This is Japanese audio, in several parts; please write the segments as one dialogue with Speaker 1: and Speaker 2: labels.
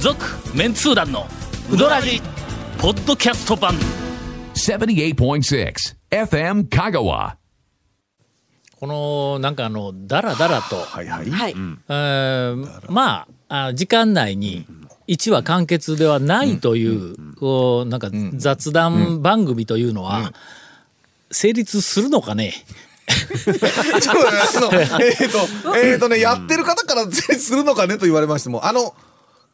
Speaker 1: 続メンツー団のウドラジポッドキャスト版
Speaker 2: 78.6 FM Kagawa.
Speaker 3: このなんかあのだらだらと、
Speaker 4: はいはい。
Speaker 5: はい、
Speaker 3: えーまああ時間内に1話完結ではないという,、こうなんか雑談番組というのは、成立するのかね、
Speaker 4: ちょっとあのえっ、と、えっ、とね、やってる方から成立するのかねと言われましても、あの、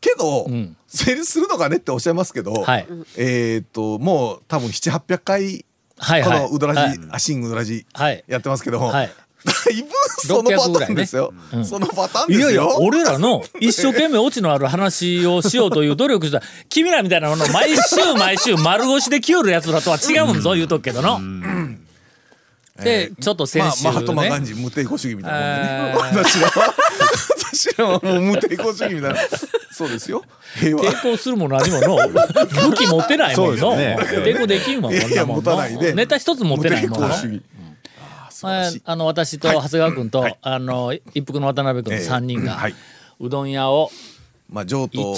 Speaker 4: けど、成立するのかねっておっしゃいますけど、
Speaker 3: はい
Speaker 4: えっ、と、もう多分7、800回、
Speaker 3: はいはい
Speaker 4: このウドラジ、
Speaker 3: はい
Speaker 4: あ、新ウドラジ、
Speaker 3: はい
Speaker 4: やってますけど、
Speaker 3: はい
Speaker 4: だいぶそのパターンですよ。そのパターンですよ。
Speaker 3: いやいや、俺らの一生懸命オチのある話をしようという努力した、 君らみたいなのの毎週毎週丸腰でキューるやつらとは違うんぞ、言うとくけどの。で、ちょっと先
Speaker 4: まあ、
Speaker 3: 週
Speaker 4: マ
Speaker 3: ね。
Speaker 4: ハトマガンジー無抵抗主義みたいな
Speaker 3: え
Speaker 4: もんでね。私らは、 私らはもう無抵抗主義みたいな。そうですよ。平和。
Speaker 3: 抵抗するも何も の武器持ってないもんの、
Speaker 6: そうですね
Speaker 3: 抵抗できんわ
Speaker 4: いや
Speaker 3: こんなもんの
Speaker 4: 持たないで
Speaker 3: ネタ一つ持ってない
Speaker 4: 無
Speaker 3: もん
Speaker 4: 抵
Speaker 3: の
Speaker 4: 抗主義。あー素晴らしい
Speaker 3: ああの私と長谷川君と、あの一服の渡辺君の3人が、
Speaker 4: ええはいう
Speaker 3: どん屋を
Speaker 4: まあ、上等。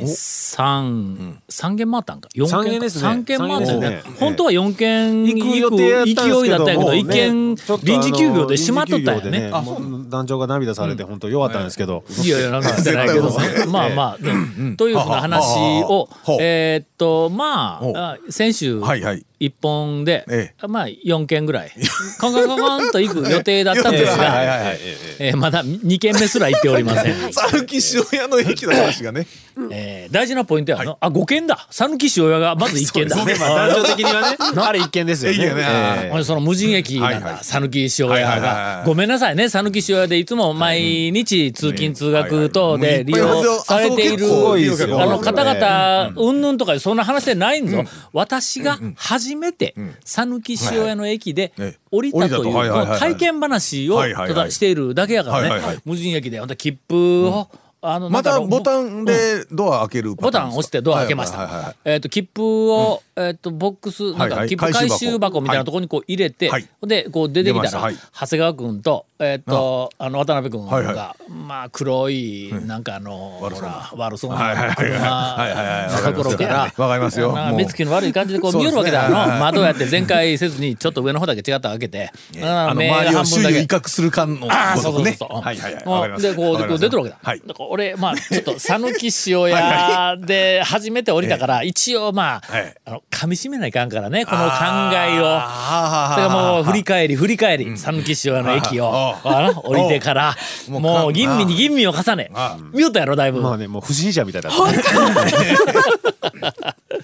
Speaker 3: 123三軒回ったんか4
Speaker 6: 三
Speaker 3: 軒か
Speaker 6: 軒ですね
Speaker 3: 三軒回ったよ
Speaker 6: 三
Speaker 3: ね
Speaker 6: 軒ですね
Speaker 3: 本当は4軒
Speaker 6: 行く予定やったんです
Speaker 3: 勢い
Speaker 6: け
Speaker 3: だ
Speaker 6: ど
Speaker 3: ったんやけど
Speaker 6: もうね
Speaker 3: 1軒
Speaker 6: ちょっとあの
Speaker 3: 臨時休業でしまっとったんや
Speaker 6: 臨時休業
Speaker 3: ね
Speaker 6: でもう団長が涙されて本当弱ったんですけど
Speaker 3: いやいや、なんかじゃないけど
Speaker 4: 絶対 嘘、
Speaker 3: まあまあ、ねというふうな話を
Speaker 4: はあはあはあ、
Speaker 3: えーっと、ま
Speaker 4: ほう
Speaker 3: あ、あ先週
Speaker 4: はいはい、
Speaker 3: 一本で
Speaker 4: え、
Speaker 3: まあ、4件ぐらい、コンコンコンコンと行く予定だったんです
Speaker 4: はい
Speaker 3: が、
Speaker 4: はいはい。
Speaker 3: えーまだ2件目すら行っておりません。
Speaker 4: 讃岐塩屋の駅の話がね。
Speaker 3: えー大事なポイントやの。あ、5件だ。讃岐塩屋がまず1件だ。
Speaker 4: そうですね
Speaker 3: あ
Speaker 6: 団長的にはねあれ一見ですよね
Speaker 4: いいよね
Speaker 6: ええ
Speaker 3: 俺その無人駅なん
Speaker 4: はいは
Speaker 3: だ
Speaker 4: い
Speaker 3: 讃岐塩
Speaker 4: はいは
Speaker 3: 屋
Speaker 4: いはいは
Speaker 3: が
Speaker 4: い
Speaker 3: ごめんなさいね讃岐塩屋でいつも毎日通勤通学等で利用されている
Speaker 4: あそこ結構
Speaker 6: 多いですよ
Speaker 3: あの方々うんぬんとかそんな話でないんぞ私が初めて讃岐塩屋の駅で
Speaker 4: はいはい
Speaker 3: 降りたという
Speaker 4: 降りたと
Speaker 3: こ
Speaker 4: はいはいはい
Speaker 3: の体験話を
Speaker 4: はいはいはい
Speaker 3: ただしているだけやか
Speaker 4: は
Speaker 3: ら
Speaker 4: いはいは
Speaker 3: ね
Speaker 4: い
Speaker 3: 無人駅でほんと切符をあの
Speaker 4: ま
Speaker 3: なん
Speaker 4: た
Speaker 3: だろう
Speaker 4: ボタンでドア開ける
Speaker 3: ボタン押してドア開けまし
Speaker 4: はいはいはいは
Speaker 3: た
Speaker 4: い。
Speaker 3: えっと、切符を、えっと、ボックス、なん
Speaker 4: はい
Speaker 3: か
Speaker 4: はい
Speaker 3: 切符回
Speaker 4: 回
Speaker 3: 収
Speaker 4: 収
Speaker 3: 箱
Speaker 4: 箱
Speaker 3: みたいなところにこう入れて
Speaker 4: はい、
Speaker 3: で、こう出てきた
Speaker 4: 出ました
Speaker 3: ら
Speaker 4: はい、
Speaker 3: 長谷川君と、えっと、あの、渡辺君
Speaker 4: はい
Speaker 3: が
Speaker 4: は、
Speaker 3: まあ、黒い、なんかあの、ほ
Speaker 4: 悪そうな
Speaker 3: ら、悪そう
Speaker 4: はいはい
Speaker 3: な
Speaker 4: はいはいはいはい
Speaker 3: 車のところから、
Speaker 4: わかりますよ
Speaker 3: なんか
Speaker 4: もう
Speaker 3: 目つきの悪い感じでこう見よるわけだ
Speaker 4: そうですね
Speaker 3: の。窓やって全開せずに、ちょっと上の方だけ違ったわけで、
Speaker 4: あ
Speaker 3: あ
Speaker 4: の周りを周囲を威
Speaker 3: け
Speaker 4: 嚇する感の
Speaker 3: ああ、そうそうそう
Speaker 4: ね
Speaker 3: そう。
Speaker 4: はいはいはい
Speaker 3: もう
Speaker 4: わかります
Speaker 3: で、こう、でこう出てるわけだ。
Speaker 4: はい
Speaker 3: だから俺、まあ、ちょっと、讃岐塩屋で初めて降りたから、一応、まあ
Speaker 4: はい、
Speaker 3: あの、噛み締めないかんからね、この考え
Speaker 4: あ
Speaker 3: を。それ
Speaker 4: あ
Speaker 3: が
Speaker 4: はあはあはあ
Speaker 3: もう振り返り振り返り讃岐塩屋の駅を
Speaker 4: あ
Speaker 3: あの降りてから
Speaker 4: おう
Speaker 3: も
Speaker 4: も
Speaker 3: う
Speaker 4: う
Speaker 3: 吟味に吟味を重ね
Speaker 4: あ
Speaker 3: 見よったやろだいぶ
Speaker 6: まあ
Speaker 3: 考
Speaker 6: ねもう不審者みたいだったね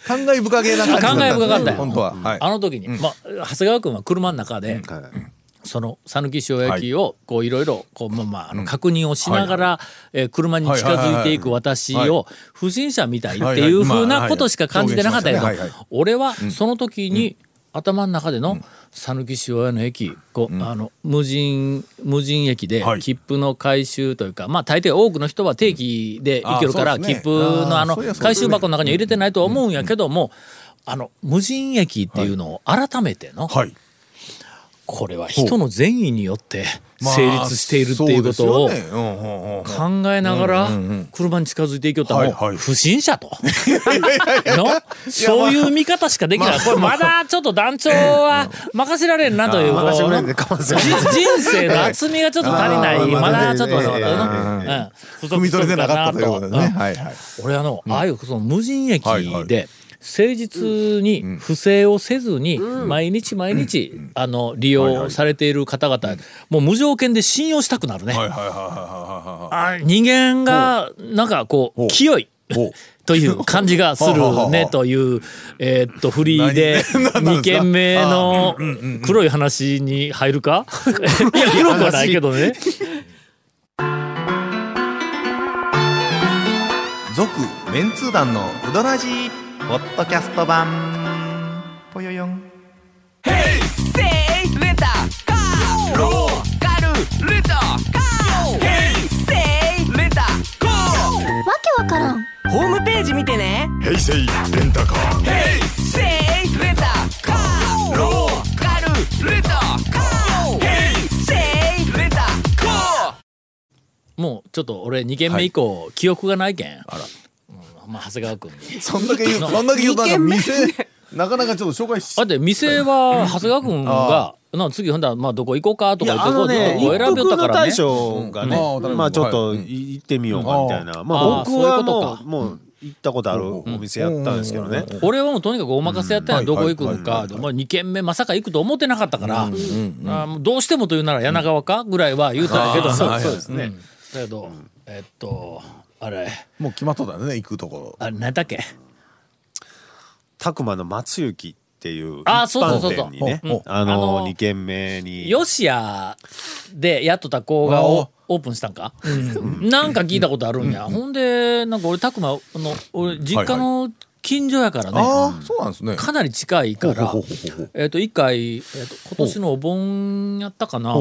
Speaker 4: 感慨深げな感じだ
Speaker 3: え深かったよ
Speaker 4: 本当ははい
Speaker 3: あの時にまあ長谷川君は車の中でその讃岐塩焼きをこういろいろこうまあまああの確認をしながらえー車に近づいていく私
Speaker 4: はいはいは
Speaker 3: を不審者みたいっ
Speaker 4: はい
Speaker 3: て
Speaker 4: はい
Speaker 3: いう
Speaker 4: まあ
Speaker 3: ふうなことしか感じてなかったけど
Speaker 4: はいはい
Speaker 3: 俺はその時に頭の中での讃岐塩屋の駅こうあの無人無人駅で
Speaker 4: はい
Speaker 3: 切符の回収というかまあ大抵多くの人は定期で行けるから
Speaker 4: あそうです
Speaker 3: 切
Speaker 4: ね
Speaker 3: 符のあ
Speaker 4: あ
Speaker 3: の
Speaker 4: そうやそうや
Speaker 3: 回収箱の中には入れてないとは思うんやけどもあの無人駅っていうのを改めての、
Speaker 4: はい
Speaker 3: これは人の善意によって成立しているっていうことを
Speaker 4: そうですよねうんうんうん
Speaker 3: 考えながら車に近づいていきよったら
Speaker 4: はい
Speaker 3: も
Speaker 4: は
Speaker 3: う
Speaker 4: い
Speaker 3: 不審者 とのそういう見方しかできないこれまだちょっと団長は任せられんなというこう
Speaker 6: 任せられんで構わんすよ
Speaker 3: じ人生の厚みがちょっと足りな
Speaker 6: あ
Speaker 3: い
Speaker 6: ーま
Speaker 3: ま
Speaker 6: あ
Speaker 3: だちょっと
Speaker 6: ええええ
Speaker 3: うん不
Speaker 4: 踏
Speaker 3: 足
Speaker 4: み
Speaker 3: しと
Speaker 4: 取
Speaker 3: る
Speaker 4: れてなかったということ
Speaker 3: う
Speaker 4: で
Speaker 3: ん
Speaker 4: すねはいはい
Speaker 3: 俺あの、ああいうその無人駅
Speaker 4: はいはい
Speaker 3: で誠実に不正をせずに毎日毎日、あの利用されている方々、もう無条件で信用したくなるね、
Speaker 4: はいはいはいはいは
Speaker 3: あ人間がなんかこう
Speaker 4: ほう
Speaker 3: 清い
Speaker 4: いはいはいお
Speaker 3: という感じがす
Speaker 4: ほうほうほ
Speaker 3: る
Speaker 4: う
Speaker 3: ねというえーっとフリーで
Speaker 4: 何何なんですか
Speaker 3: 2件目の黒い話に入るか いや広くはないけどね。
Speaker 7: 続メンツー団のウドラジーポッドキャスト版ぽよよん
Speaker 8: せいレンタカーローカルレンタカーヘイセイレンタカーわけわからんホームページ見てねヘイセイレンタカーヘイセイレンタカーローカルレンタカーヘイセイレンタカー
Speaker 3: もうちょっと俺2軒目以降、記憶がないけんうんまあ長谷川君に
Speaker 4: そんだけ言う、 そんだけ言うとなんか店、なかなかちょっと紹介し
Speaker 3: だって店は長谷川君が、なん次ほんだらまあどこ行こうかと
Speaker 6: い
Speaker 3: か
Speaker 6: や
Speaker 3: 言ってど
Speaker 6: あの
Speaker 3: こ
Speaker 6: ね、
Speaker 3: どこ
Speaker 6: 一
Speaker 3: 選べよっ
Speaker 6: 服
Speaker 3: た
Speaker 6: の
Speaker 3: からね
Speaker 6: 大将がね、
Speaker 4: うん
Speaker 6: ま
Speaker 4: あー
Speaker 6: あちょっと
Speaker 4: はい
Speaker 6: い行ってみようかみたいな、ま
Speaker 3: あー
Speaker 6: あ僕は
Speaker 3: そういう
Speaker 6: も
Speaker 3: ことか
Speaker 6: うもう行ったことあるお店やったんですけどね、
Speaker 3: 俺はもうとにかくお任せやったら
Speaker 4: うん
Speaker 3: どこ行くのか、まあ、2軒目まさか行くと思ってなかったから、あもうどうしてもというなら柳川かぐらいは言うたんやけど
Speaker 6: そうそうですね、
Speaker 3: うんだけど、えっとあれ
Speaker 4: もう決まっとったよね、行くところ。
Speaker 3: あれ何だっけ
Speaker 6: たくまの松雪っていう一
Speaker 3: あーそうそうそう
Speaker 6: 般
Speaker 3: そう
Speaker 6: 店にね
Speaker 4: うん
Speaker 6: あ
Speaker 3: あの
Speaker 6: の
Speaker 3: ー
Speaker 6: 二軒目に
Speaker 3: ヨシアでやっとった子が
Speaker 4: あ
Speaker 3: オ
Speaker 4: あ
Speaker 3: オープンしたんか、なんか聞いたことあるんや、ほんでなんか俺拓磨の俺実家の近所やからね、
Speaker 4: ああ、そうなんですね。
Speaker 3: かなり近いから
Speaker 4: ほうほうほうほう
Speaker 3: えっと一回、えっと今年のお盆やったかな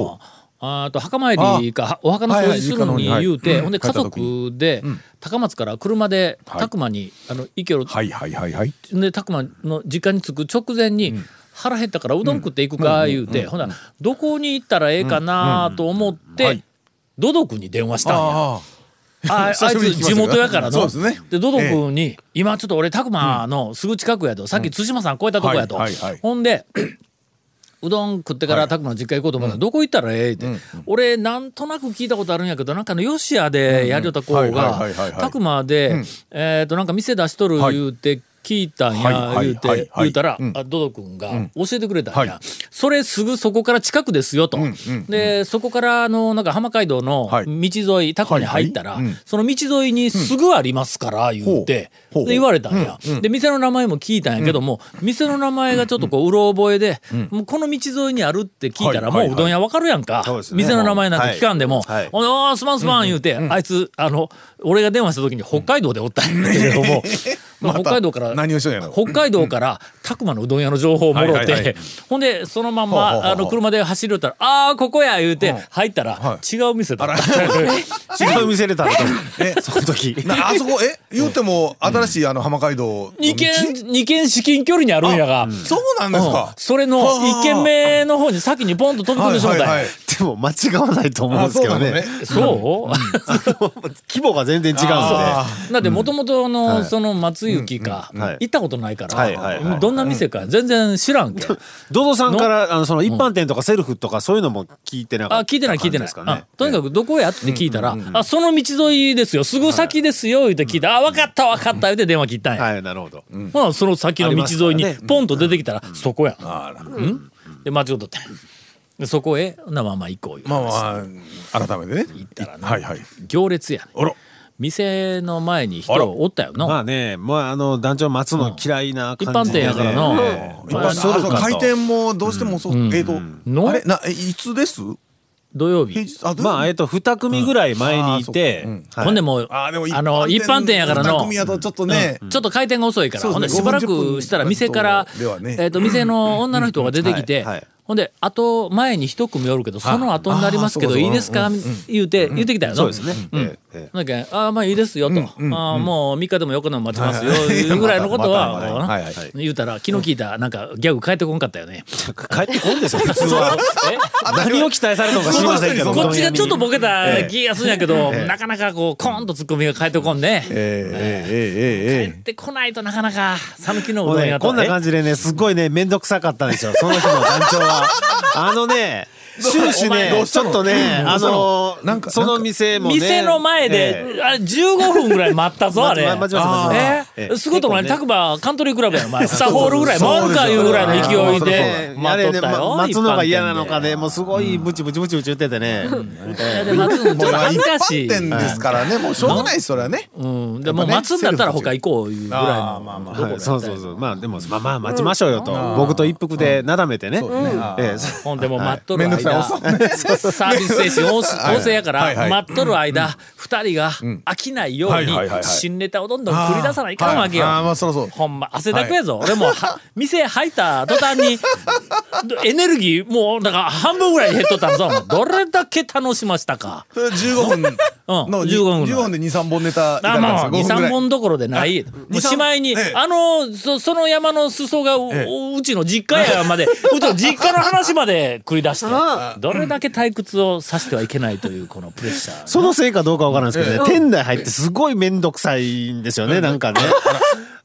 Speaker 3: あーと墓参りかはお墓の掃除するのに
Speaker 4: はいはい
Speaker 3: 言うて、
Speaker 4: はい
Speaker 3: ほんで
Speaker 4: 帰
Speaker 3: 家
Speaker 4: った時
Speaker 3: 族で高松から車で
Speaker 4: い
Speaker 3: 拓磨に、あの行けろ
Speaker 4: はいはいはいはい。
Speaker 3: で拓磨の実家に着く直前に、腹減ったからうどん食っていくか言うて、ほんならどこに行ったらええかなと思って、ドド君に電話したんや。
Speaker 4: あ
Speaker 3: ああい
Speaker 4: 久しぶり
Speaker 3: つ
Speaker 4: に聞
Speaker 3: 地
Speaker 4: きましたけど
Speaker 3: 元やからの。
Speaker 4: そうですね
Speaker 3: で、ドド君に、今ちょっと俺、たくまのすぐ近くやと、さっき対馬さん超えたとこやと。
Speaker 4: はいはいはい
Speaker 3: ほんで、 うどん食ってからたくまの実家行こうと思ったら、どこ行ったらええって、俺、なんとなく聞いたことあるんやけど、なんかの、ヨシアでやりよった子
Speaker 4: うんうんはい
Speaker 3: が
Speaker 4: はいはいはい、はい
Speaker 3: たくまで、えっと、なんか店出しとる言うて、聞いたんや、
Speaker 4: はい
Speaker 3: 言う
Speaker 4: はいはい
Speaker 3: て、
Speaker 4: はい
Speaker 3: 言うたら、
Speaker 4: うん
Speaker 3: あドド君が教えてくれたんや、
Speaker 4: はい
Speaker 3: それすぐそこから近くですよと、でそこからあのなんか浜街道の
Speaker 4: はい
Speaker 3: 道沿いタコに入ったら、
Speaker 4: はいはいうん
Speaker 3: その道沿いにすぐありますから言って、
Speaker 4: ほうほう
Speaker 3: で言われたんや、で店の名前も聞いたんやけども、店の名前がちょっとこううろ覚えで、もうこの道沿いにあるって聞いたら、
Speaker 4: はいはいはい
Speaker 3: もううどん屋わかるやんか、
Speaker 6: そうですね
Speaker 3: 店の名前なんか聞かんでも「
Speaker 6: はいはい
Speaker 3: おいおいすまんすまん」言うて、あいつあの俺が電話した時に北海道でおったんやけれど も、まあ北海道から
Speaker 4: 何をしようやろ
Speaker 3: 北海道から拓磨のうどん屋の情報をもろ
Speaker 4: は
Speaker 3: っ
Speaker 4: いはいは
Speaker 3: て
Speaker 4: い
Speaker 3: ほんでそのまん
Speaker 4: ほうほうほ
Speaker 3: ま
Speaker 4: う
Speaker 3: あの車で走りよったら「ああここや」言うて入ったら
Speaker 4: は
Speaker 3: 違う店だった。
Speaker 6: 違う店で食べ たその時
Speaker 4: なあそこ、え、言うても、新しいあの浜街道の道。
Speaker 3: 二軒、二軒至近距離にあるんやが。
Speaker 4: そうなんです
Speaker 3: うん
Speaker 4: か。
Speaker 3: それの
Speaker 4: はあ
Speaker 3: 一軒目の方に先にポンと飛び込んでしまったんや
Speaker 4: はいはいはい
Speaker 6: でも間違わないと思うんですけどね
Speaker 4: あそうなのね
Speaker 3: そう、
Speaker 6: 規模が全然違うんで
Speaker 4: あ
Speaker 3: だってもともとの
Speaker 6: い
Speaker 3: その松雪か
Speaker 6: んはい
Speaker 3: 行ったことないか
Speaker 6: はいはいは
Speaker 3: ら
Speaker 6: い
Speaker 3: どんな店か全然知らん けん
Speaker 6: ドドさんからあのその一般店とかセルフとかそういうのも聞いてなか
Speaker 3: あ
Speaker 6: った
Speaker 3: 聞いてない聞いてない、
Speaker 6: 感じですかね
Speaker 3: あとにかくどこやって聞いたら「あその道沿いですよすぐ先ですよ」言って聞いたら「あ分かった分かった」言って電話切ったんや、
Speaker 6: はいなるほど、
Speaker 3: ほなその先の道沿い
Speaker 6: ありま
Speaker 3: に
Speaker 6: すからね
Speaker 3: ポンと出てきたら「そこやん」うんで間違っとってでそこへほなまあまあ行こうよ、
Speaker 4: まあまあ、改めてね。はいはい。
Speaker 3: 行列やね
Speaker 4: あら。
Speaker 3: 店の前に人
Speaker 4: あら
Speaker 3: おったよな、
Speaker 6: まあねまああの団長待つの嫌いな
Speaker 3: 一
Speaker 6: 感
Speaker 3: 般
Speaker 6: じで、
Speaker 3: 店
Speaker 6: ね、
Speaker 3: やからな、
Speaker 4: 一
Speaker 3: まあ
Speaker 4: 般
Speaker 6: そ
Speaker 4: そうう
Speaker 6: かと
Speaker 4: か回転もどうしても遅く、えっと
Speaker 3: の
Speaker 4: あれなえいつです
Speaker 3: 土曜日
Speaker 4: 平日あどう
Speaker 6: まあえっと2組ぐらい前にいて、
Speaker 4: あー
Speaker 6: はい
Speaker 3: ほんでもう
Speaker 4: あ
Speaker 3: あ
Speaker 4: でも
Speaker 3: の一般店やからの
Speaker 4: 二組やとちょっとね
Speaker 3: ちょっと回転が遅いから、
Speaker 4: そう
Speaker 3: ほんで
Speaker 4: です
Speaker 3: し
Speaker 4: ね
Speaker 3: ばら
Speaker 4: 50
Speaker 3: く
Speaker 4: 分
Speaker 3: したら店から、
Speaker 4: ではね
Speaker 3: えっと店の女の人が出てきて、
Speaker 6: はいはい
Speaker 3: ほんであと前に一組おるけどその後になりますけど
Speaker 4: あー
Speaker 3: いいですか、言うて言ってきたよな。
Speaker 6: そうですね、ええええ
Speaker 3: なんかあーまあいいですよと、あーもう3日でも4日でも待ちますよ、
Speaker 4: はいはい
Speaker 3: いうぐらいのことは、
Speaker 4: またまた
Speaker 3: こうな
Speaker 4: はいはい
Speaker 3: 言うたら昨日聞いたなんかギャグ変えてこんかったよね。
Speaker 6: 帰ってこんですよ普通 は
Speaker 3: え
Speaker 6: 何を期待されたのか知りませんけど
Speaker 3: こっちがちょっとボケ
Speaker 6: え
Speaker 3: た
Speaker 6: え
Speaker 3: 気がするんやけど、なかなかこうコーンとツッコミが変えてこんね、
Speaker 4: え
Speaker 3: 帰ってこないとなかなか寒気のう
Speaker 6: も
Speaker 3: ど
Speaker 6: うん
Speaker 3: や
Speaker 6: ね、
Speaker 3: と
Speaker 6: こんな感じでね、すっごいね、めんどくさかったん ですよ。その日の団長は。あのね、終始
Speaker 4: ど
Speaker 6: ね、
Speaker 4: うし
Speaker 6: ち
Speaker 4: た
Speaker 6: ょ
Speaker 4: の
Speaker 6: っとね、
Speaker 4: ど
Speaker 6: あ
Speaker 4: うしたの
Speaker 6: の
Speaker 4: なんか
Speaker 6: その店もね。
Speaker 3: 店の前で、
Speaker 6: ええ、
Speaker 3: あれ15分ぐらい待ったぞ、あれ。
Speaker 6: まま待ちました
Speaker 3: え
Speaker 6: 待ちましたえ
Speaker 3: ー
Speaker 6: え
Speaker 3: すごいとこに、タ
Speaker 6: 結構ね
Speaker 3: クバカントリークラブやろ、 前。スターホールぐらい回るかいうぐらいの勢いで
Speaker 6: ねあ
Speaker 3: 待
Speaker 6: れ
Speaker 3: っと
Speaker 6: ね、
Speaker 3: ったよ。
Speaker 6: ま待つのが嫌なのか
Speaker 3: ね。
Speaker 6: ね、もうすごいブチブチブチブチ言っててね。
Speaker 3: いやで待つのちょっと恥ずかしい。
Speaker 4: 一般店ですからねもうしょうがないですそれはね
Speaker 3: うん、でもう待つんだったら他行こういうぐらいの。
Speaker 6: はいそうそうそう。まあでも、まあまあ待ちましょうよと。僕と一服でなだめてね。ええ
Speaker 3: ほんでもう待っとる
Speaker 4: めんどくさい
Speaker 3: 間、
Speaker 4: おっさん
Speaker 3: サービス精神旺盛旺盛やか
Speaker 4: はい
Speaker 3: ら
Speaker 4: はい
Speaker 3: 待っとる間二人が飽きないよう
Speaker 4: はいはいはいは
Speaker 3: に
Speaker 4: い
Speaker 3: 新ネタをどんどん繰り出さないかんわけよ。
Speaker 4: あーはいあーまあそろそろ
Speaker 3: ほんま汗だくやぞ。俺もは店入った途端にエネルギーもうだから半分ぐらい減っとったんぞ。もうどれだけ楽しましたか。
Speaker 4: それ15分
Speaker 3: うん
Speaker 4: の
Speaker 3: 15分ぐらい
Speaker 4: 15分で23本ネタいただ
Speaker 3: あ
Speaker 4: いた
Speaker 3: もう
Speaker 4: んで
Speaker 3: 二
Speaker 4: すよ5
Speaker 3: 三
Speaker 4: 分ぐらい
Speaker 3: 本どころでない。もう
Speaker 4: 二三
Speaker 3: しまいに、
Speaker 4: ええ
Speaker 3: あのそその山の裾がう,、
Speaker 4: え
Speaker 3: うちの実家やま で、うちの実家の話まで繰り出して、どれだけ退屈をさせてはいけないというこのプレッシャー。
Speaker 6: そのせいかどうかわからないですけどね、店内入ってすごい面倒くさいんですよね、なん かね。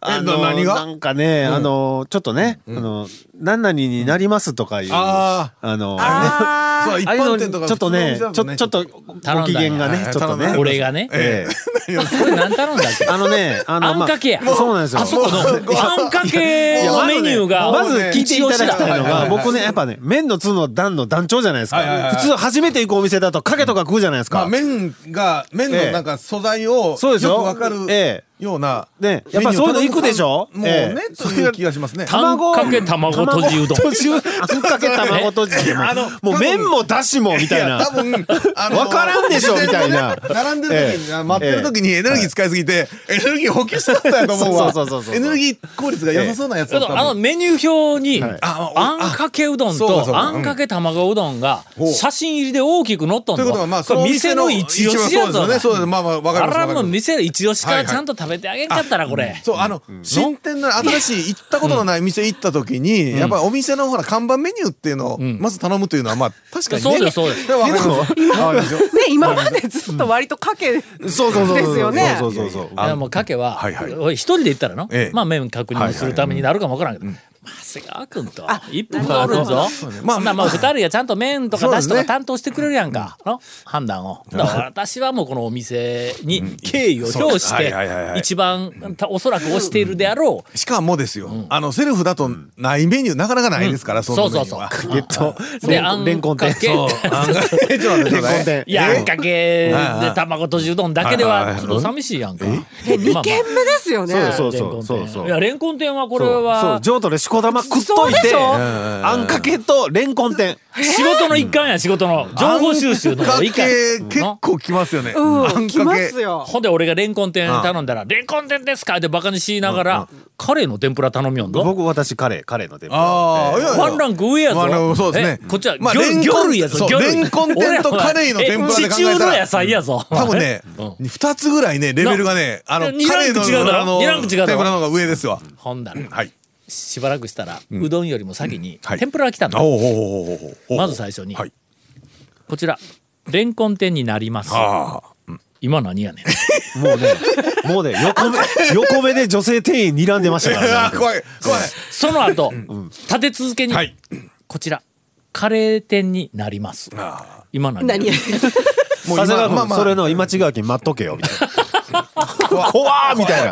Speaker 6: あの、
Speaker 4: 何が
Speaker 6: なんかね、あの、ちょっとね、あの、何々になりますとかいう、
Speaker 4: あ
Speaker 6: あの、
Speaker 8: あ
Speaker 4: そう
Speaker 6: あ
Speaker 4: 一
Speaker 6: あいうの
Speaker 4: 般
Speaker 6: に
Speaker 4: 店とか
Speaker 6: ちょっとね、ち
Speaker 4: 普
Speaker 6: ょ
Speaker 4: 通のお店だもん
Speaker 6: ちょっとご機嫌がね、ちょっと
Speaker 4: 頼んだん
Speaker 6: ね
Speaker 4: や。
Speaker 3: 俺がね、
Speaker 6: え
Speaker 3: これ何頼んだっけ
Speaker 6: え。あのね、あの、
Speaker 3: あんかけや
Speaker 6: まあそうなんですよ。
Speaker 3: あそこのあんかけのメニューが
Speaker 6: まず聞いていただきた
Speaker 4: は
Speaker 6: いの
Speaker 4: いはい
Speaker 6: が、
Speaker 4: はい
Speaker 6: 僕ね、やっぱね、麺の通の団の団長じゃないです
Speaker 4: はいはいはい
Speaker 6: か。普通初めて行くお店だと、かけとか食うじゃないです
Speaker 4: まあ
Speaker 6: か。
Speaker 4: 麺が麺のなんか素材をよく
Speaker 6: そうですよ
Speaker 4: わかる
Speaker 6: え
Speaker 4: ような
Speaker 6: ねやっぱそういうの行くでしょ
Speaker 4: メニューを頼むもうね
Speaker 6: ええ
Speaker 4: という気がしますね
Speaker 3: あんかけ卵とじうどん
Speaker 6: 卵とじうあんかけ卵とじでも
Speaker 4: あの
Speaker 6: もう麺もだしもみたい
Speaker 4: や
Speaker 6: な
Speaker 4: 多。分あの
Speaker 6: わからんでしょみたいな
Speaker 4: 並んでる時に、
Speaker 6: ええ
Speaker 4: 待ってる時にエネルギー使いすぎて、エネルギー補給しちゃったんやと思うわ
Speaker 6: そうそうそうそう
Speaker 4: エネルギー効率が良さそうなやつ
Speaker 3: ちょ
Speaker 4: だ
Speaker 3: っ
Speaker 4: った
Speaker 3: とあのメニュー表に、
Speaker 6: はい
Speaker 4: あ
Speaker 3: あんかけうどん
Speaker 4: そうかそう
Speaker 3: と
Speaker 4: か
Speaker 3: あんかけ卵うどんが写真入りで大きく載っとん
Speaker 4: という
Speaker 3: の
Speaker 4: ことはまあその
Speaker 3: これ店の一押しや
Speaker 4: そう
Speaker 3: つ
Speaker 4: ですねそうですまあまあわか
Speaker 3: あ
Speaker 4: ります
Speaker 3: ら
Speaker 4: わか
Speaker 3: の
Speaker 4: ります
Speaker 3: 店の一押しか
Speaker 4: はい
Speaker 3: ら
Speaker 4: はい
Speaker 3: ちゃんと食べてあげんかったらこれ。
Speaker 4: そうあの、新店の新しい行ったことのない店行った時に、やっぱりお店のほら看板メニューっていうのをまず頼むというのはまあ確かにね
Speaker 3: そうですそうです
Speaker 4: でもわかりますわかるでしょ
Speaker 8: ね今までずっと割とかけ
Speaker 6: そうそうそう
Speaker 8: ですよね
Speaker 6: そうそうそうそう。
Speaker 3: あもうかけは、
Speaker 4: はいはい
Speaker 3: おい一人で行ったらの、
Speaker 4: ええ
Speaker 3: まあ麺確認するためになるかもわからんけど、長谷川君と一分かかるぞ。ま
Speaker 4: ま
Speaker 3: あ
Speaker 4: あ
Speaker 3: まあまあ二人がちゃんと麺とか
Speaker 4: そう
Speaker 3: 出
Speaker 4: で
Speaker 3: 汁
Speaker 4: す
Speaker 3: と
Speaker 4: ね
Speaker 3: か担当してくれるやんか、の判断を。だから私はもうこのお店に敬意を表し
Speaker 4: そうで
Speaker 3: て
Speaker 4: すはいはいはいはい
Speaker 3: 一番たおそらく推しているであろう。
Speaker 4: しかもですよ、あのセルフだとないメニューなかなかないですから、そ
Speaker 3: そう
Speaker 4: のメニ
Speaker 3: そ
Speaker 4: ュ
Speaker 3: う
Speaker 4: ー
Speaker 3: そう
Speaker 4: は。
Speaker 6: ゲット
Speaker 3: で
Speaker 6: レンコンレ
Speaker 3: あ
Speaker 6: ンコン
Speaker 3: ん
Speaker 6: 店
Speaker 3: かけ
Speaker 6: そう
Speaker 4: えちょっと待ってください
Speaker 6: レンコン店
Speaker 3: いや、
Speaker 4: え
Speaker 3: あんかけで
Speaker 4: はいはい
Speaker 3: 卵とじうどんだけで
Speaker 4: はいはい
Speaker 3: は
Speaker 4: はい
Speaker 3: ちょっと寂しいやんか。
Speaker 8: え二
Speaker 3: まあまあ
Speaker 8: 軒目ですよね
Speaker 6: そうそう
Speaker 3: レン
Speaker 6: そ
Speaker 3: コン
Speaker 6: う
Speaker 3: 店
Speaker 6: そうそう
Speaker 3: いや、レンコン店はこれ
Speaker 6: そう
Speaker 3: は、
Speaker 6: 上都でしこ玉食っとい
Speaker 8: そうでしてょ
Speaker 6: あんかけとレンコン店
Speaker 3: 仕事の一環や、仕事の。情報収集の
Speaker 4: あんか
Speaker 3: 一環。
Speaker 4: け結構きますよね。あんか
Speaker 8: うん
Speaker 4: け
Speaker 8: 来ますよ
Speaker 3: ほんで俺がレンコン店頼んだら「レンコン店ですか?」ってバカにしながらカレーの天ぷら頼みよんど
Speaker 6: 僕私カレーカレーの店
Speaker 4: ああ、いやいや
Speaker 3: ワンランク上やぞ、
Speaker 4: まああのそうですね
Speaker 3: えこっちは
Speaker 4: まあ
Speaker 3: 魚
Speaker 4: レンコン
Speaker 3: 魚類やぞ
Speaker 4: そう
Speaker 3: 魚類
Speaker 4: レンコン店とカレイ の天ぷらで考えた
Speaker 3: 俺はえ
Speaker 4: ら
Speaker 3: 地中の野菜やぞ
Speaker 4: 多分ね、
Speaker 3: うん
Speaker 4: 二つぐらいねレベルがね、あの
Speaker 3: 二
Speaker 4: カ
Speaker 3: ラ
Speaker 4: レ
Speaker 3: ン
Speaker 4: ー
Speaker 3: ク
Speaker 4: の
Speaker 3: 違うだろ
Speaker 4: あの
Speaker 3: 二ランク違うだろ
Speaker 4: 天ぷらの方が上ですわ。
Speaker 3: ほんだら
Speaker 4: はい。
Speaker 3: しばらくしたらうどんよりも先に
Speaker 4: はい
Speaker 3: 天ぷらが来たんだ
Speaker 4: おおおおおお。
Speaker 3: まず最初に
Speaker 4: はい。
Speaker 3: こちらレンコン店になります
Speaker 4: ああ。
Speaker 3: 今何 やねん
Speaker 6: もうねもうね横目横目で女性店員睨んでましたから
Speaker 4: あ
Speaker 6: ね
Speaker 4: ー怖い怖い。
Speaker 3: その後立て続けに
Speaker 4: はい
Speaker 3: こちらカレー店になります
Speaker 4: あ
Speaker 3: 今何やね
Speaker 8: 何
Speaker 3: ん
Speaker 4: もう
Speaker 6: 長谷
Speaker 4: 今
Speaker 6: 川
Speaker 4: まあ
Speaker 6: 君
Speaker 4: まあ
Speaker 6: それの今違う金待っとけよみたいな怖ーみたいな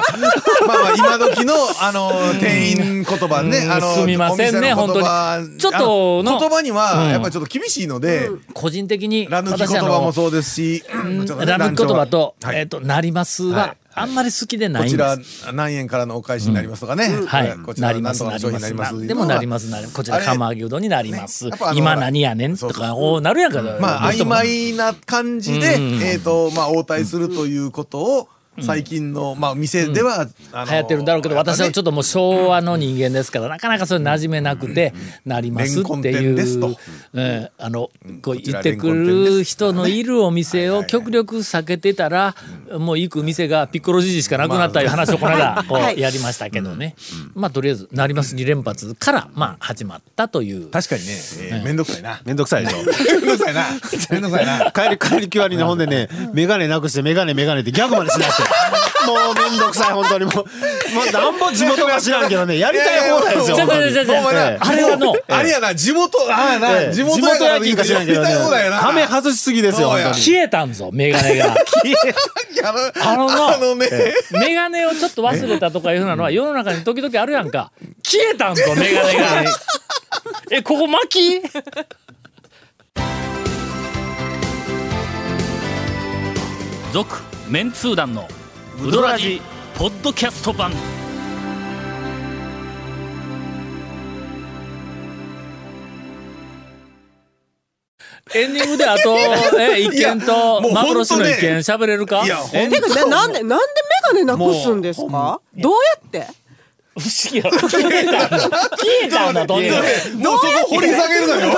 Speaker 4: まあまあ今時のあの店員言葉ね、あの
Speaker 3: すみませんね
Speaker 4: お店の言葉
Speaker 3: 本当にちょっとの
Speaker 4: あの言葉にはやっぱりちょっと厳しいので、
Speaker 3: 個人的に
Speaker 4: ラヌキ言
Speaker 3: 私あ
Speaker 4: 葉
Speaker 3: の
Speaker 4: もそうですし、ちょっとね
Speaker 3: ラブ言葉と、
Speaker 4: ランチョンは
Speaker 3: えっ、と、なりますは、あんまり好きでな
Speaker 4: こ
Speaker 3: いん
Speaker 4: ち
Speaker 3: で
Speaker 4: ら
Speaker 3: す。
Speaker 4: 何円からのお返しになりますとかね、
Speaker 3: はい
Speaker 4: こ、ち
Speaker 3: な
Speaker 4: ら
Speaker 3: り
Speaker 4: 何
Speaker 3: ます、
Speaker 4: とか
Speaker 3: な
Speaker 4: の
Speaker 3: り
Speaker 4: 商品
Speaker 3: ます。
Speaker 4: になります
Speaker 3: なでもなりますす、なります。こちら、
Speaker 4: あれ
Speaker 3: 釜揚げうどんになります。
Speaker 4: ねやっぱあの
Speaker 3: 今何やねん
Speaker 4: そ
Speaker 3: と
Speaker 4: うそう
Speaker 3: か、おうなるやんか。
Speaker 4: まあ
Speaker 3: どうして
Speaker 4: 曖
Speaker 3: も
Speaker 4: 昧な感じで、えっ、とまあ応対するということを最近のまあ店では、あの
Speaker 3: 流行ってるんだろうけど、私はちょっ
Speaker 4: っ
Speaker 3: ともう昭和の人間ですから、なかなかそれ馴染めなくて、なりますってい
Speaker 4: レンコン店です
Speaker 3: う
Speaker 4: と、
Speaker 3: うんあの、こう
Speaker 4: こち
Speaker 3: 行
Speaker 4: ら
Speaker 3: ってくる人のいるお店を極力避けてたら、もう行く店がピッコロじじしかなくなったいう話をこの間、こ
Speaker 8: は
Speaker 3: う
Speaker 8: い
Speaker 3: やりましたけどね。まあとりあえず、なります2連発から、まあ始まったという。
Speaker 4: 確かにね、えー、めんどくさいな
Speaker 6: めんどくさいでしょ
Speaker 4: めんどくさいなめんどくさ いな
Speaker 6: 帰り帰り際にねほんでね眼鏡なくして眼鏡眼鏡ってギャグまでしだしてもうめんどくさい本当にもうもうなんぼ地元が知らんけどねやりたい放題ですよ
Speaker 3: ちょ
Speaker 6: 本
Speaker 3: っと
Speaker 6: 当
Speaker 3: ちょ
Speaker 6: に
Speaker 3: っとちょっと
Speaker 4: ほんまやな
Speaker 3: あれはの、
Speaker 4: あれやな地元ああ
Speaker 6: え
Speaker 4: な
Speaker 6: え
Speaker 4: 地元
Speaker 6: 地
Speaker 4: や
Speaker 6: 元野球か知らんけど
Speaker 4: や
Speaker 6: ね
Speaker 4: りたい放題やな
Speaker 6: はめ外しすぎです
Speaker 4: そ
Speaker 6: よ
Speaker 4: う
Speaker 6: 本
Speaker 4: や
Speaker 6: 当に
Speaker 3: 消えたんぞ、メガネが。あのな
Speaker 4: あのね、
Speaker 3: メガネをちょっと忘れたとかいうふうなのは世の中に時々あるやんか。消えたんぞ、メガネが。え、ここ巻き続、メンツー団のウドラジポッドキャスト版。エンディングであと、え、一件と
Speaker 4: いやもう本当ね
Speaker 3: 幻の一件喋れるか
Speaker 4: いやほん
Speaker 8: てかななんでなんでメガネなくすんですかどうやって
Speaker 3: 不思議やろ。消えたんだ。消えたんだ、とにかく。
Speaker 4: もうそこ掘り下げるのよ。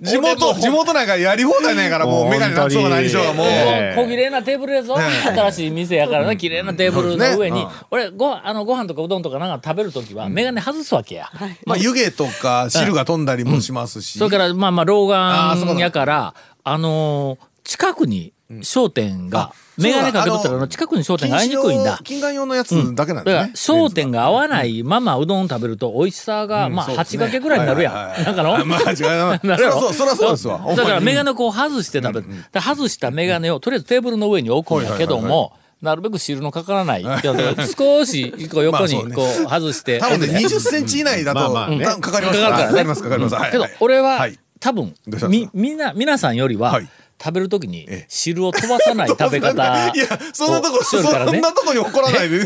Speaker 4: 地元、地元なんかやり放題なんやから、もうメガネなくそうが何しようがもう。
Speaker 6: ええ
Speaker 3: 小綺麗なテーブルやぞ、新しい店やからな綺麗なテーブルの上に、俺ごあのご飯とかうどんとかなんか食べる時は眼鏡外すわけや、
Speaker 4: まあ湯気とか汁が飛んだりもしますし。
Speaker 3: それからまあまあ老
Speaker 4: あーそうか
Speaker 3: 眼やからあのー近くに商店が、
Speaker 4: うん
Speaker 3: 眼鏡かけとった
Speaker 4: そうだあ
Speaker 3: ら
Speaker 4: の
Speaker 3: 近くに商店が会いにくいんだ
Speaker 4: 近眼用のやつだけなん
Speaker 3: だから
Speaker 4: ですね。
Speaker 3: 焦点が合わないままうどん食べると美味しさがまあ
Speaker 4: そうです
Speaker 3: 8
Speaker 4: ね
Speaker 3: かけぐらいになるや
Speaker 4: は
Speaker 3: ん。
Speaker 4: いはいはい
Speaker 3: なんかの
Speaker 4: まあ違うな。
Speaker 3: なる
Speaker 4: そり
Speaker 3: や
Speaker 4: ゃ
Speaker 3: ろ
Speaker 4: そう、そりゃそうですわ。
Speaker 3: だからメガネをこう外して食べる。だから外したメガネをとりあえずテーブルの上に置くんだけど
Speaker 4: はいはいはい
Speaker 3: も、なるべく汁のかからない。 少しこう横に
Speaker 4: まあそうね
Speaker 3: こう外して。
Speaker 4: 多分ね、20センチ以内だと、
Speaker 6: まあまあね
Speaker 4: 多分かかります
Speaker 3: かかるからね
Speaker 4: かかります、かかります。はい
Speaker 3: けど
Speaker 4: はい
Speaker 3: 俺はい多分
Speaker 4: どうしたんです
Speaker 3: み
Speaker 4: か
Speaker 3: みんな皆さんよりは
Speaker 4: はい
Speaker 3: 食べるときに汁を飛ば さない食べ方
Speaker 4: いや、そんなとこ、
Speaker 3: をし
Speaker 4: そ
Speaker 3: よるからね
Speaker 4: んなとこに怒らないで。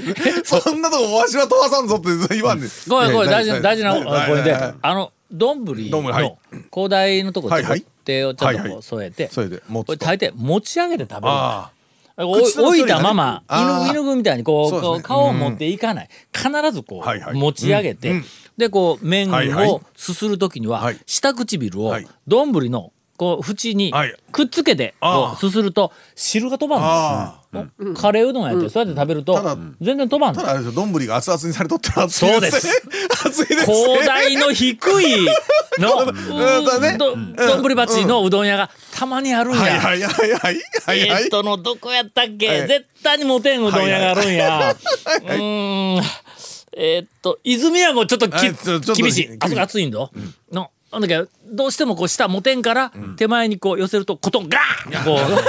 Speaker 4: そんなとこ、わしは飛ばさんぞって言わんで。
Speaker 3: ごめんごめん大事な大事なこれで
Speaker 4: はいはい
Speaker 3: あの丼
Speaker 4: 丼
Speaker 3: の
Speaker 4: はい
Speaker 3: 広大のとこ
Speaker 4: はい
Speaker 3: で
Speaker 4: はい
Speaker 3: 手をちょっ
Speaker 4: はい
Speaker 3: と
Speaker 4: は
Speaker 3: こ
Speaker 4: いう
Speaker 3: 添えて
Speaker 4: それで持つ
Speaker 3: ことれ大抵持ち上げて食べるんだ
Speaker 4: あ
Speaker 3: おい
Speaker 4: 口との距
Speaker 3: 置
Speaker 4: 離
Speaker 3: いたまま
Speaker 4: がねあー
Speaker 3: 犬犬組みたいにこう
Speaker 4: そうですね
Speaker 3: こう顔を持っていかない必ずこ
Speaker 4: はいは
Speaker 3: う
Speaker 4: い
Speaker 3: 持ち上げて、でこう麺
Speaker 4: はいはい
Speaker 3: をすする時には
Speaker 4: はい
Speaker 3: 下唇を
Speaker 4: はい
Speaker 3: 丼のこう縁に
Speaker 4: はい
Speaker 3: くっつけてこ
Speaker 4: あー
Speaker 3: うすすると汁が飛ばんの
Speaker 4: あ
Speaker 3: おカレーうどんやってそうやって食べると
Speaker 4: ただ
Speaker 3: 全然飛ばん
Speaker 4: あ。
Speaker 3: の
Speaker 4: ただあれですよ、丼が熱々にされとったら熱いですね。熱いですね。
Speaker 3: 広大の低い の
Speaker 4: だね
Speaker 3: どどんぶり鉢のうどん屋がたまにあるんや。
Speaker 4: はいはいはいはい。はいは
Speaker 3: えーっ
Speaker 4: い。
Speaker 3: とのどこやったっけ、
Speaker 4: はい
Speaker 3: 絶対にモテんうどん屋があるんや、うーんえーっと泉屋もちょっとき
Speaker 4: あちょちょっと
Speaker 3: 厳しい
Speaker 4: 厳しい
Speaker 3: あそこ暑いんだ、のなんだけどどうしてもこう下モテんから、手前にこう寄せるとコトンガーンこ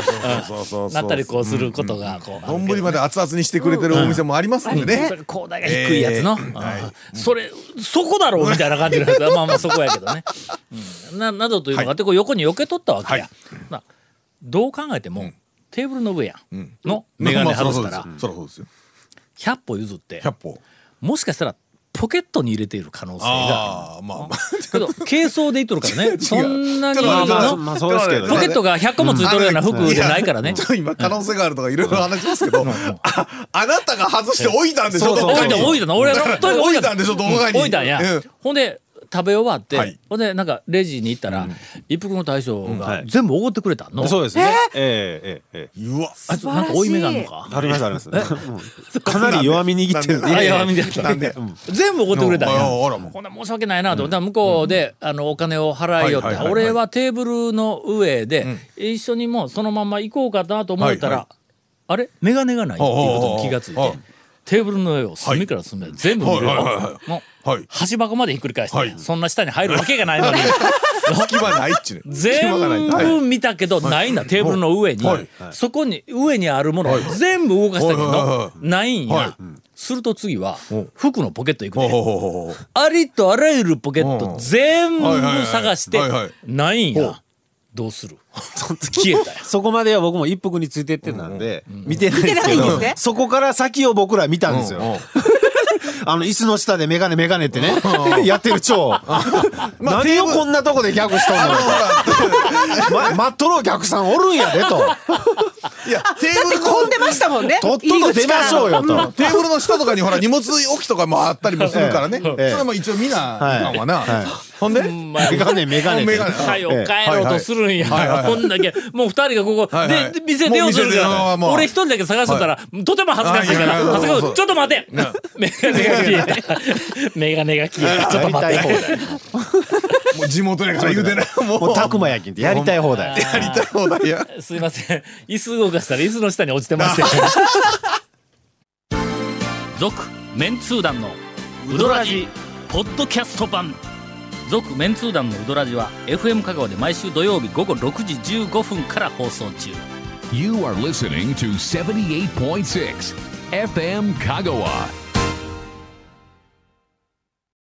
Speaker 4: そうそうう
Speaker 3: なったり こうすることがこうあるけど
Speaker 4: 丼まで熱々にしてくれてるお店もありますんでね
Speaker 3: そ。れ高台が低いやつの、うんそれそこだろうみたいな感じのやつまあまあそこやけどね、うんななどというのがあってこう横に避けとったわけや、
Speaker 4: はい
Speaker 3: などう考えても、テーブルの上やん、の眼鏡外したら
Speaker 4: まあそらそうですよ。
Speaker 3: 100歩譲って
Speaker 4: 100歩。
Speaker 3: もしかしたらポケットに入れている可能性が
Speaker 4: ああ、まあまあ。
Speaker 3: けど軽装でいっとる からねそんなに
Speaker 6: まあまあ
Speaker 3: の
Speaker 6: まあそうですけど
Speaker 3: ポケットが100個もついとるような服じゃないからね
Speaker 4: ちょっと今可能性があるとかいろいろ話しますけど、ああなたが外して置いたんでしょ、
Speaker 6: そうそ
Speaker 4: ど
Speaker 6: う
Speaker 4: っ
Speaker 3: 置
Speaker 4: か
Speaker 3: い
Speaker 4: に
Speaker 3: た置いたな俺が
Speaker 4: から置いたんでしょどこかに
Speaker 3: 置いたんや、
Speaker 4: うん
Speaker 3: ほんで食べ終わって、
Speaker 4: はい
Speaker 3: ほんでなんかレジに行ったら、一服の大将
Speaker 6: は
Speaker 3: が
Speaker 6: い
Speaker 3: 全部おごってくれたの、
Speaker 6: そうですね。ええええええ
Speaker 4: うわ、
Speaker 3: あいつなんか負い目があるのか
Speaker 6: ありますあります。うんかなり弱み握ってる。
Speaker 4: なんで
Speaker 3: あ
Speaker 6: いやいや
Speaker 3: 弱み握ってる
Speaker 6: なんで
Speaker 3: 全部おごってくれたん
Speaker 4: あ
Speaker 3: や
Speaker 4: ああらもう
Speaker 3: こんな申し訳ないなと思ったら向こうで、あのお金を払いよって、
Speaker 4: はいはいはいはい
Speaker 3: 俺はテーブルの上で、一緒にもうそのまま行こうかなと思ったら、
Speaker 4: はい
Speaker 3: あれ眼鏡がないっていうことに気がついて、
Speaker 4: ああああ
Speaker 3: テーブルの上を隅から隅まで全部見るよ、
Speaker 4: はいはいはいは
Speaker 3: の
Speaker 4: はい
Speaker 3: 端箱までひっくり返して、
Speaker 4: はい
Speaker 3: そんな下に入るわけがないのに。
Speaker 4: 隙間ないっちね隙間がない
Speaker 3: 全部見たけどないんだテーブルの上に
Speaker 4: はい
Speaker 3: そこに上にあるものを全部動かしたけ
Speaker 4: はいはい
Speaker 3: ど
Speaker 4: は
Speaker 3: ないん
Speaker 4: は
Speaker 3: や
Speaker 4: い
Speaker 3: すると次は服のポケット行く
Speaker 4: ほうほう
Speaker 3: で
Speaker 4: ほうほう
Speaker 3: ありとあらゆるポケット全部探して
Speaker 4: はいはいはい
Speaker 3: ないんやどうす る消えたや
Speaker 6: そこまでは僕も一服についてってたんで、見てないですけ
Speaker 8: 見てないんで
Speaker 6: ど
Speaker 8: すね、
Speaker 6: そこから先を僕ら見たんですよ。あの、椅子の下でメガネメガネってね、やってる蝶。何をこんなとこでギャグしとんのま待っとるお客さんおるんやで と。
Speaker 4: いやテーブルの
Speaker 8: 混んでましたもんね
Speaker 6: とっとと出ましょうよと。
Speaker 4: テーブルの下とかにほら 荷物置きとかもあったりもするからね、
Speaker 6: ええ
Speaker 4: それも一応見なあかんわな、
Speaker 6: はい
Speaker 4: ほんで、
Speaker 6: メガネメガネって
Speaker 4: メガネ
Speaker 3: はよ帰ろうとするんや
Speaker 4: はいはい
Speaker 3: こんだけもう二人がここ
Speaker 4: はいはい
Speaker 3: でで店出ようとするか
Speaker 4: もう店出よう
Speaker 3: ら
Speaker 4: もう
Speaker 3: 俺一人だけ探してたらとても恥ずかしいから
Speaker 4: はいはいはい
Speaker 3: 長谷川
Speaker 4: そうそう
Speaker 3: ちょっと待てメガネが消えたメガネが消え たちょっと待て
Speaker 6: やりたい放
Speaker 4: もう地元やから言うてなもう
Speaker 6: 題。もうたくまやきんってやりたい放題。
Speaker 4: やりたい放題や
Speaker 3: すいません椅子動かしたら椅子の下に落ちてました 続メンツー団のウドラジポッドキャスト版続メンツー団のウドラジは FM 香川で毎週土曜日午後6時15分から放送中
Speaker 2: You are listening to 78.6 FM Kagawa.